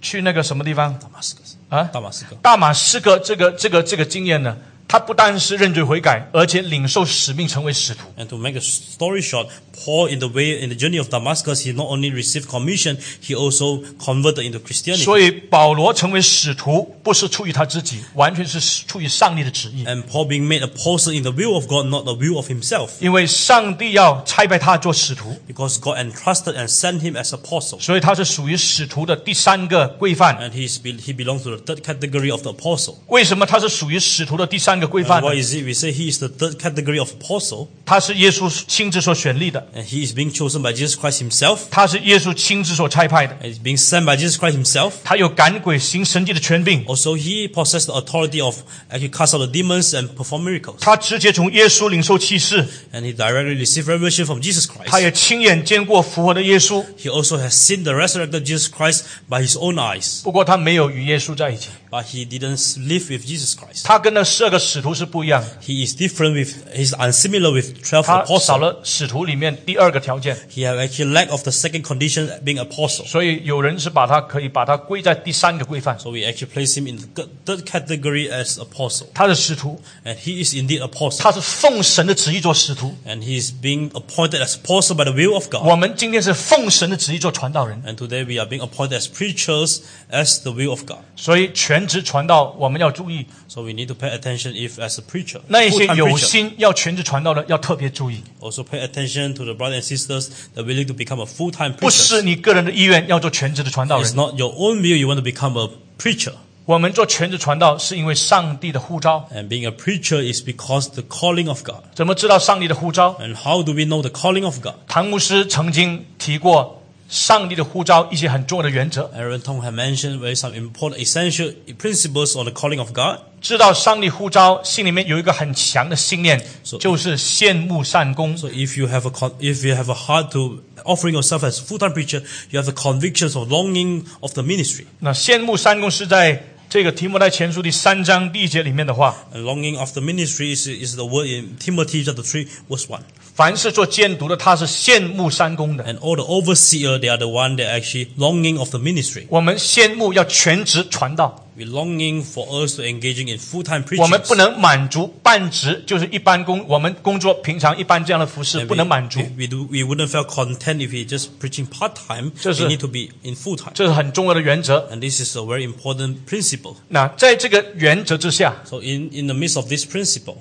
去那个什么地方 Damascus. 啊， Damascus. 大马士革这个这个这个经验呢，他不但是认罪悔改，而且领受使命成为使徒。 And to make a story short, Paul in the way in the journey of Damascus, he not only received commission, he also converted into Christianity. 所以保罗成为使徒，不是出于他自己，完全是出于上帝的旨意。 and Paul being made apostle in the will of God, not the will of himself, 因为上帝要差派他做使徒， because God entrusted and sent him as apostle. 所以他是属于使徒的第三个规范。 And he's be, he belongs to the third category of the apostle. 为什么他是属于使徒的第三个规 And 范呢 why？is it we say he is the third category of apostle, 他是耶稣亲自所选立的， and he is being chosen by Jesus Christ himself, 他是耶稣亲自所差派的， and he's being sent by Jesus Christ himself. 他有赶鬼行神迹的权柄， Also, he possesses the authority of actually cast out the demons and perform miracles. 他直接从耶稣领受启示， And he directly received revelation from Jesus 他 Christ. 也亲眼见过复活的耶稣， He also has seen the resurrected Jesus Christ by his own eyes, 不过他没有与耶稣在一起， but he didn't live with Jesus Christ. 他跟那十二个使徒是不一样的， He is different with, he's unsimilar with 他12少 apostles. 了使徒里面第二个条件， He have actually lack of the second condition being apostle. 所以有人是把他可以把他归在第三个规范， So we actually place him in the third category as apostle. 他是使徒， And he is indeed apostle. 他是奉神的旨意做使徒， And he is being appointed as apostle by the will of God. 我们今天是奉神的旨意做传道人， And today we are being appointed as preachers as the will of God. 所以全职传道我们要注意， So we need to pay attention if as a preacher. 那一些 full-time 有 preacher. 心要全职传道的要特别注意。 Also pay attention to the brothers and sisters that are willing to become a full-time 不 preacher. 是你个人的意愿要做全职的传道 It's 人。 not your own will you want to become a preacher. 我们做全职传道是因为上帝的呼召。 And being a preacher is because the calling of God. 怎么知道上帝的呼召？ And how do we know the calling of God? 唐牧师曾经提过上帝的呼召一些很重要的原则。 Aaron Tong had mentioned very some important essential principles on the calling of God. 知道上帝呼召，心里面有一个很强的信念 So-，就是羡慕善功。 So if you have a con- if you have a heart to offering yourself as full-time preacher, you have the convictions or longing of the ministry. 那羡慕善功是在这个提摩太前书第三章第一节里面的话。 And longing of the ministry is, is the word in Timothy chapter 3 verse 1. 凡是做监督的，他是羡慕三公的。 And all the overseer, they are the one that actually longing of the ministry. 我们羡慕要全职传道， We longing for us to engaging in full-time 我们 preaching. 不能满足半职，就是一般工，我们工作平常一般这样的服饰 And 不能满足 we,，we, do, we wouldn't feel content if we just preaching part-time. 这是- we need to be in full-time. 这是很重要的原则。 And this is a very important principle. 那在这个原则之下， So in, in the midst of this principle,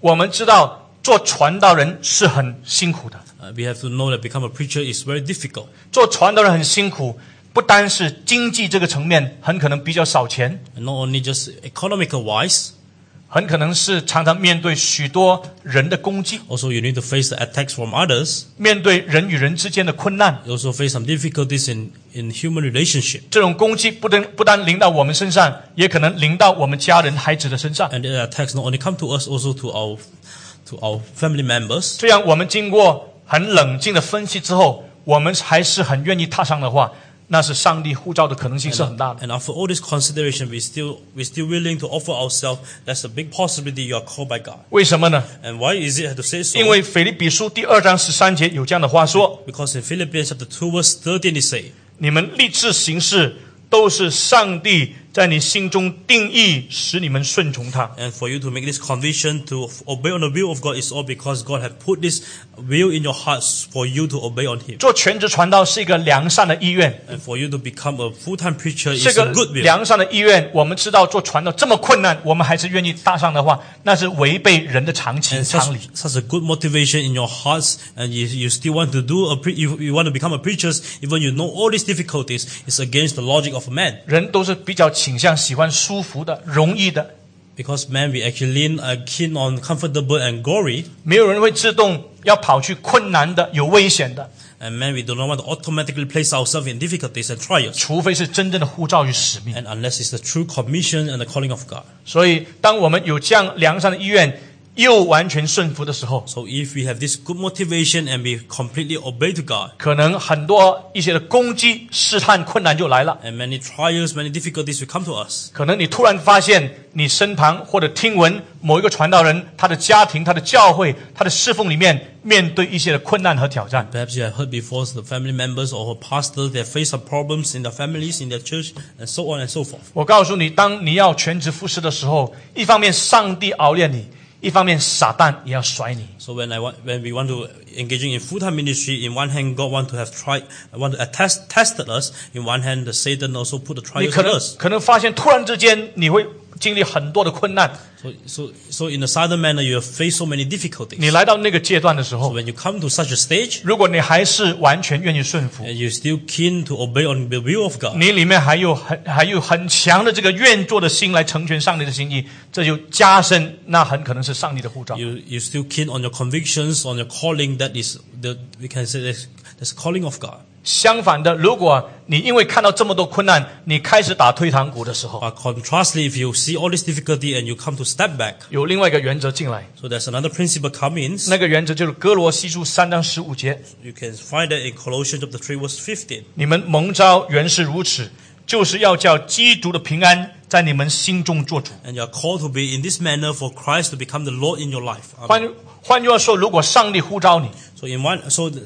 我们知道做传道人是很辛苦的， uh, we have to know that become a preacher is very difficult. 做传道人很辛苦，不单是经济这个层面，很可能比较少钱， And not only just economical wise, 很可能是常常面对许多人的攻击， also you need to face the attacks from others. 面对人与人之间的困难。 You also face some difficulties in, in human relationship. 这种攻击不单不单临到我们身上，也可能临到我们家人、孩子的身上。 And the attacks not only come to us, also to our to our family members. 这样，我们经过很冷静的分析之后，我们还是很愿意踏上的话，那是上帝呼召的可能性是很大的。 And after all this consideration, we still we're still willing to offer ourselves. That's a big possibility. You are called by God. 为什么呢？ And why is it I have to say so? 因为腓立比书第二章十三节有这样的话说 because in Philippians chapter two verse thirteen it say,：“ 你们立志行事，都是上帝在你心中定义，使你们顺从他。 and for you to make this conviction to obey on the will of God is all because God have put this will in your hearts for you to obey on Him. ”做全职传道是一个良善的意愿， And for you to become a full-time preacher 这 is 个 a good will. 良善的意愿，我们知道做传道这么困难，我们还是愿意搭上的话，那是违背人的常情 And 常理。 such, such a good motivation in your hearts, and you, you still want to do a pre, you, you want to become a preacher, even you know all these difficulties is against the logic of man. 人都是比较倾向喜欢舒服的、容易的， Because man, we actually lean uh, keen on comfortable and gory, 没有人会自动要跑去困难的、有危险的， and man, we do not want to automatically place ourselves in difficulties and trials. 除非是真正的呼召与使命。 And unless it's the true commission and the calling of God. 所以，当我们有这样良善的意愿，又完全顺服的时候， So if we have this good motivation and we completely obey to God, 可能很多一些的攻击、试探、困难就来了。 and many trials, many difficulties will come to us. 可能你突然发现，你身旁或者听闻某一个传道人，他的家庭、他的教会、他的侍奉里面，面对一些的困难和挑战。 Perhaps you have heard before the family members or pastors, they face some problems in their families, in their church, and so on and so forth. 我告诉你，当你要全职服侍的时候，一方面上帝熬炼你，一方面撒旦也要甩你。 So when I want, when we want to engaging in full-time ministry, in one hand God want to have tried, want to attest, tested us. In one hand, the Satan also put the 你 trials 可 on 能 us. 可能发现，突然之间你会经历很多的困难。 So, so, so in a sudden manner, you have faced so many 你 difficulties. 来到那个阶段的时候， When you come to such a stage, 如果你还是完全愿意顺服， and you're still keen to obey on the will of God. 你里面还有很还有很强的这个愿做的心来成全上帝的心意，这就加深那很可能是上帝的护照。 you you still keen on your convictions, on your calling. That is the we can say that's, that's calling of God. 相反的，如果你因为看到这么多困难，你开始打退堂鼓的时候， But contrastly, if you see all this difficulty and you come to step back, 有另外一个原则进来， so there's another principle come in. 那个原则就是哥罗西书三章十五节： You can find that in Colossians chapter three verse fifteen. 你们蒙召原是如此，就是要叫基督的平安在你们心中做主。 And you are called to be in this manner for Christ to become the Lord in your life. Amen. 换换句话说，如果上帝呼召你， So in one, so the-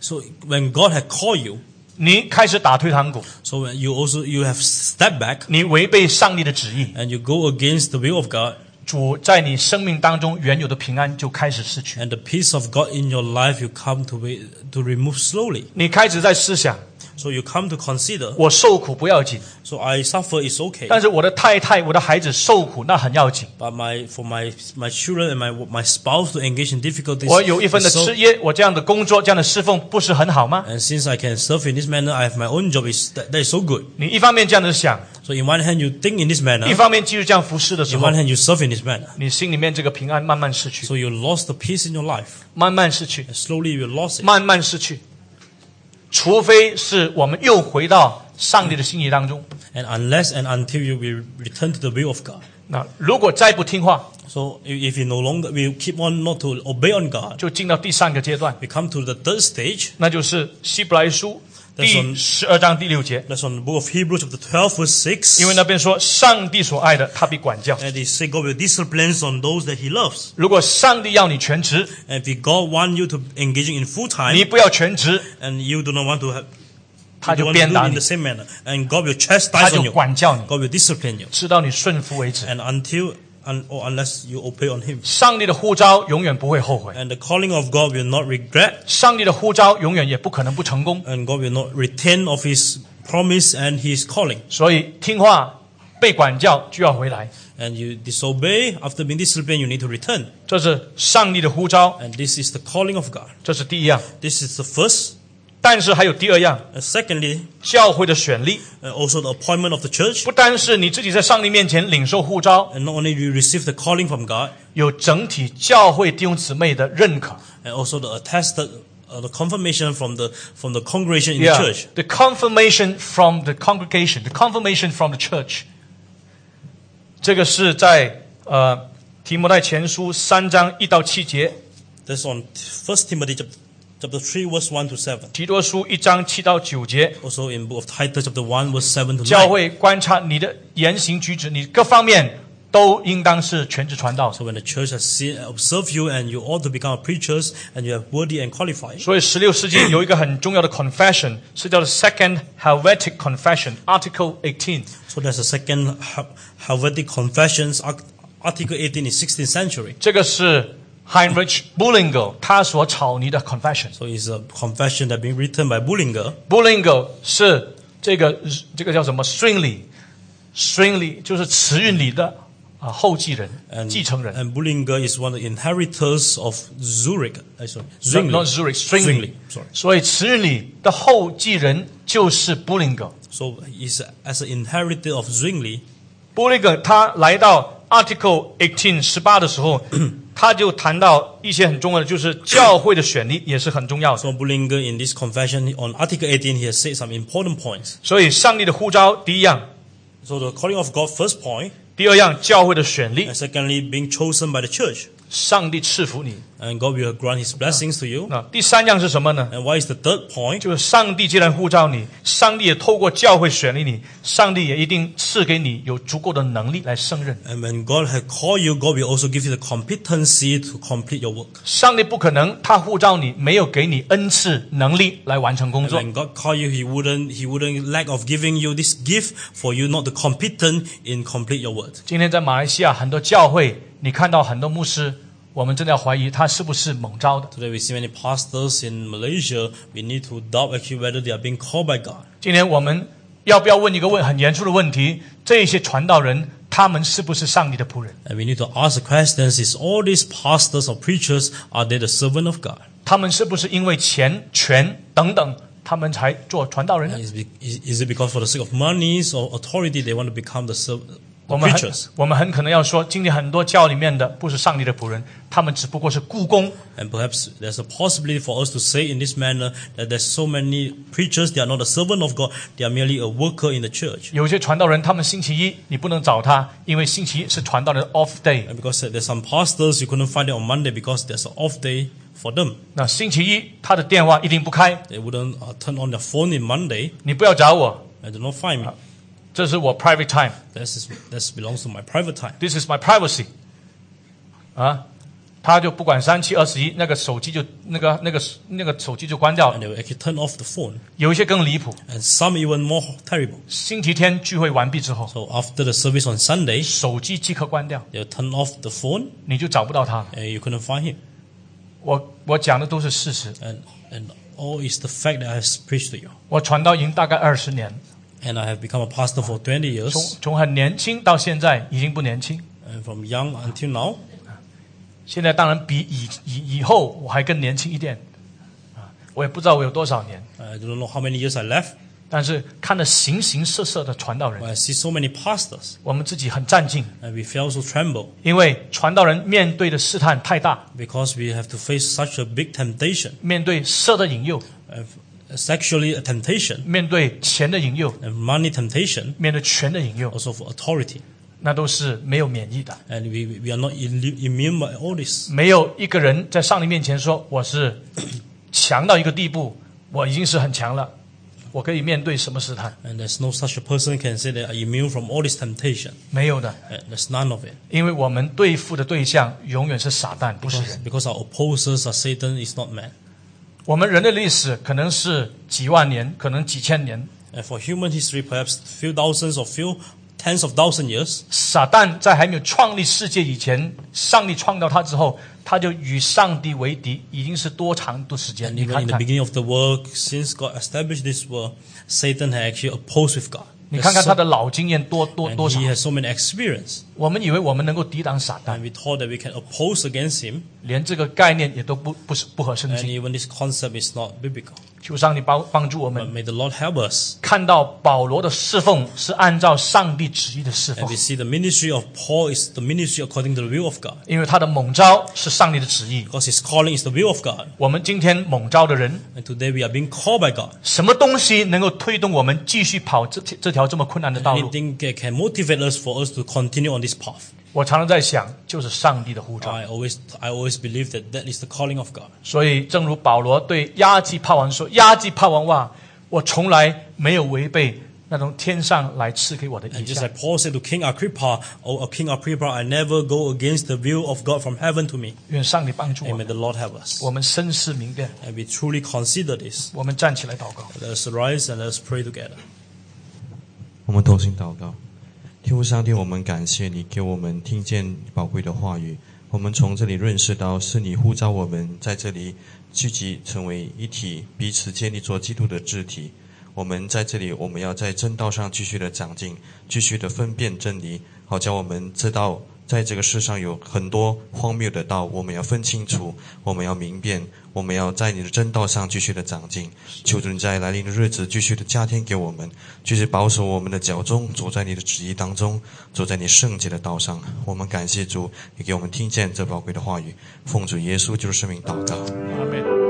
so when God had called you, 你开始打退堂鼓， so when you also you have stepped back 你违背上帝的旨意， and you go against the will of God, 主在你生命当中原有的平安就开始失去。 and the peace of God in your life you come to be, to remove slowly. 你开始在思想， So you come to consider. 我受苦不要紧， So I suffer is okay, 但是我的太太、我的孩子受苦那很要紧。 but my for my my children and my my spouse to engage in difficulties. 我有一份的 is so- 事业，我这样的工作、这样的侍奉不是很好吗？ and since I can serve in this manner, I have my own job. Is that, that is so good. 你一方面这样子想， So in one hand you think in this manner, 一方面继续这样服侍的时 in 候 one，hand you serve in this manner. 你心里面这个平安慢慢失去， So you lost the peace in your life, 慢慢失去， and slowly you lost it. 慢慢失去。除非是我们又回到上帝的心意当中。 And unless and until you will return to the will of God. 那如果再不听话， So i- if you no longer will keep on not to obey on God, 就进到第三个阶段， we come to the third stage. 那就是希伯来书但是我第们十二章第六节。 That's on the book of Hebrews chapter twelve verse six. 因为那边说，上帝所爱的，他必管教。 And he said God will disciplines on those that he loves. 如果上帝要你全职， And if God want you to engaging in full time, 你不要全职， and you do not want to have, 他 you 就 want to 鞭 do 打 in 你 the，same manner, and God will 他 chastise 就 on you. 管 God 教你， will discipline you, 直到你顺服为止。 and until un, or unless you obey on Him, 上帝的呼召永远不会后悔， and the calling of God will not regret, 上帝的呼召永远也不可能不成功。 and God will not retain of His promise and His calling. 所以听话被管教就要回来， And you disobey after being disciplined, you need to return. 这是上帝的呼召， And this is the calling of God. 这是第一样。 This is the first. 但是还有第二样， And secondly, 教会的选立， uh, also the appointment of the church. 不单是你自己在上帝面前领受呼召， And not only you receive the calling from God, 有整体教会弟兄姊妹的认可。 and uh, also the attested uh, the confirmation from the from the congregation in the Yeah, church. the confirmation from the congregation, the confirmation from the church。这个是在呃提摩太前书三章一到七节， That's on First Timothy chapter chapter 3, verse 1 to 7. 提多书一章七到九节， Also in book of Titus, chapter 1, verse 7 to 教 9. 会观察你的言行举止，你各方面都应当是全职传道。 So when the church has seen, observed you and you ought to become preachers and you are worthy and qualified. 所以，十六世纪有一个很重要的 confession，是叫做 Second Helvetic Confession，Article Eighteen。 So there's a second Ha- Helvetic Confessions, Art- Article 18 in 16th century. 这个是 Heinrich Bullinger 他所草拟的 confession。 So it's a confession that being written by Bullinger. Bullinger 是这个这个叫什么 Swingley，Swingley 就是词韵里的啊后继人、 And, 继承人。 and Bullinger is one of the inheritors of Zurich. uh, sorry, Zwingli. Not Zurich, Swingley Zwingli, sorry. 所以词韵里的后继人就是 Bullinger。 So he's a- as an inheritor of Zwingli. Bullinger 他来到 Article Eighteen 十八的时候，他就谈到一些很重要的，就是教会的选立也是很重要的。 So Bullinger in this confession on Article 18 he has said some important points. 所以，上帝的呼召第一样， So the calling of God first point, 第二样教会的选立 and，secondly being chosen by the church. 上帝赐福你。 And God will grant his blessings to you. 那第三样是什么呢？ And what is the third point? 就是上帝既然呼召你，上帝也透过教会选立你，上帝也一定赐给你有足够的能力来胜任。 And when God has called you, God will also give you the competency to complete your work. 上帝不可能他呼召你没有给你恩赐能力来完成工 And 作。 when God called you, He wouldn't He wouldn't lack of giving you this gift for you not to competent in complete your work. 今天在马来西亚很多教会，你看到很多牧师，我们正在怀疑他是不是蒙召的。 Today we see many pastors in Malaysia. We need to doubt actually whether they are being called by God. 今天我们要不要问一个问很严肃的问题：这些传道人他们是不是上帝的仆人？ And we need to ask the questions: Is all these pastors or preachers are they the servant of God? 他们是不是因为钱、权等等，他们才做传道人呢？ Is, be- is is it because for the sake of monies or authority they want to become the, serv- the 我们很 preachers? 我们很可能要说，今天很多教里面的不是上帝的仆人，他们只不过是雇工， And perhaps there's a possibility for us to say in this manner that there's so many preachers, they are not a servant of God, they are merely a worker in the church. 有些传道人他们星期一你不能找他，因为星期一是传道人的 off day。 And because there's some pastors, you couldn't find it on Monday because there's an off day for them. 那星期一他的电话一定不开， They wouldn't uh, turn on their phone in Monday 你不要找我， and do not find me. 这是我 private time。 This, is, this belongs to my private time. This is my privacy。啊，他就不管三七二十一，那个手机就那个那个那个手机就关掉了 And。they will actually turn off the phone. 有一些更离谱， And some even more terrible. 星期天聚会完毕之后， So after the service on Sunday, 手机即刻关掉， they'll turn off the phone 你就找不到他了。 and you couldn't find him. 我我讲的都是事实， And, and all is the fact that I have preached to you. 我传道营大概二十年， And I have become a pastor for 20 years. 从从很年轻到现在已经不年轻， And from young until now, 现在当然比以以以后我还更年轻一点，啊，我也不知道我有多少年， I don't know how many years I left, 但是看着形形色色的传道 but 人， I see so many pastors, 我们自己很战兢， and we fail to tremble 因为传道人面对的试探太大， because we have to face such a big temptation, 面对色的引诱， uh, sexually a temptation, 面对钱的引诱， and money temptation, 面对权的引诱， also for authority. 那都是没有免疫的。 And we, we are not illu- immune by all this. 没有一个人在上帝面前说我是强到一个地步，我已经是很强了，我可以面对什么试探？ And there's no such a person can say they are immune from all this temptation. 没有的， Uh, there's none of it. 因为我们对付的对象永远是撒旦，不是 Because, 人。 because our opposers are Satan, it's not man. 我们人类历史可能是几万年，可能几千年， And for human history, perhaps few thousands or few tens of thousand years, 撒旦在还没有创立世界以前，上帝创造他之后，他就与上帝为敌，已经是多长的时间？ And 你 even 看 in the 看， beginning of the world, since God established this world, Satan had actually opposed with God. 你看看 There's 他 so- 的老经验多多 and 多少 he？has so many experience. 我们以为我们能够抵挡撒旦， And we thought that we can oppose against him. 连这个概念也都不不是不合圣 And 经。 even this concept is not biblical. 求上帝帮帮助我 But 们 may the Lord help us. 看到保罗的侍奉是按照上帝旨意的侍 And 奉 we，see the ministry of Paul is the ministry according to the will of God. 因为他的蒙召是上帝的旨意。 Because his calling is the will of God. 我们今天蒙召的人， And today we are being called by God. 什么东西能够推动我们继续跑这这条这么困难的道路？ Anything that can motivate us for us to continue on this path. 我常常在想，就是上帝的呼召。 I always, I always believe that that is the calling of God. 所以，正如保罗对压基帕王说：“压基帕王哇，我从来没有违背那种天上来赐给我的意 And just 象。 like Paul said to King Agrippa, "Oh, uh, King Agrippa, I never go against the will of God from heaven to me." ”愿上帝帮助我 And may 们， the Lord help us. 我们深思明辨， And we truly consider this. 我们站起来祷告。 Let us rise and let us pray together. 我们同心祷告，天父上帝，我们感谢你给我们听见宝贵的话语。我们从这里认识到，是你呼召我们在这里聚集成为一体，彼此建立做基督的肢体。我们在这里，我们要在正道上继续的长进，继续的分辨真理，好叫我们知道，在这个世上有很多荒谬的道，我们要分清楚，我们要明辨，我们要在你的正道上继续的长进。求主你在来临的日子继续的加添给我们，继续保守我们的脚中，走在你的旨意当中，走在你圣洁的道上。我们感谢主，也给我们听见这宝贵的话语。奉主耶稣基督的圣名祷告。阿门。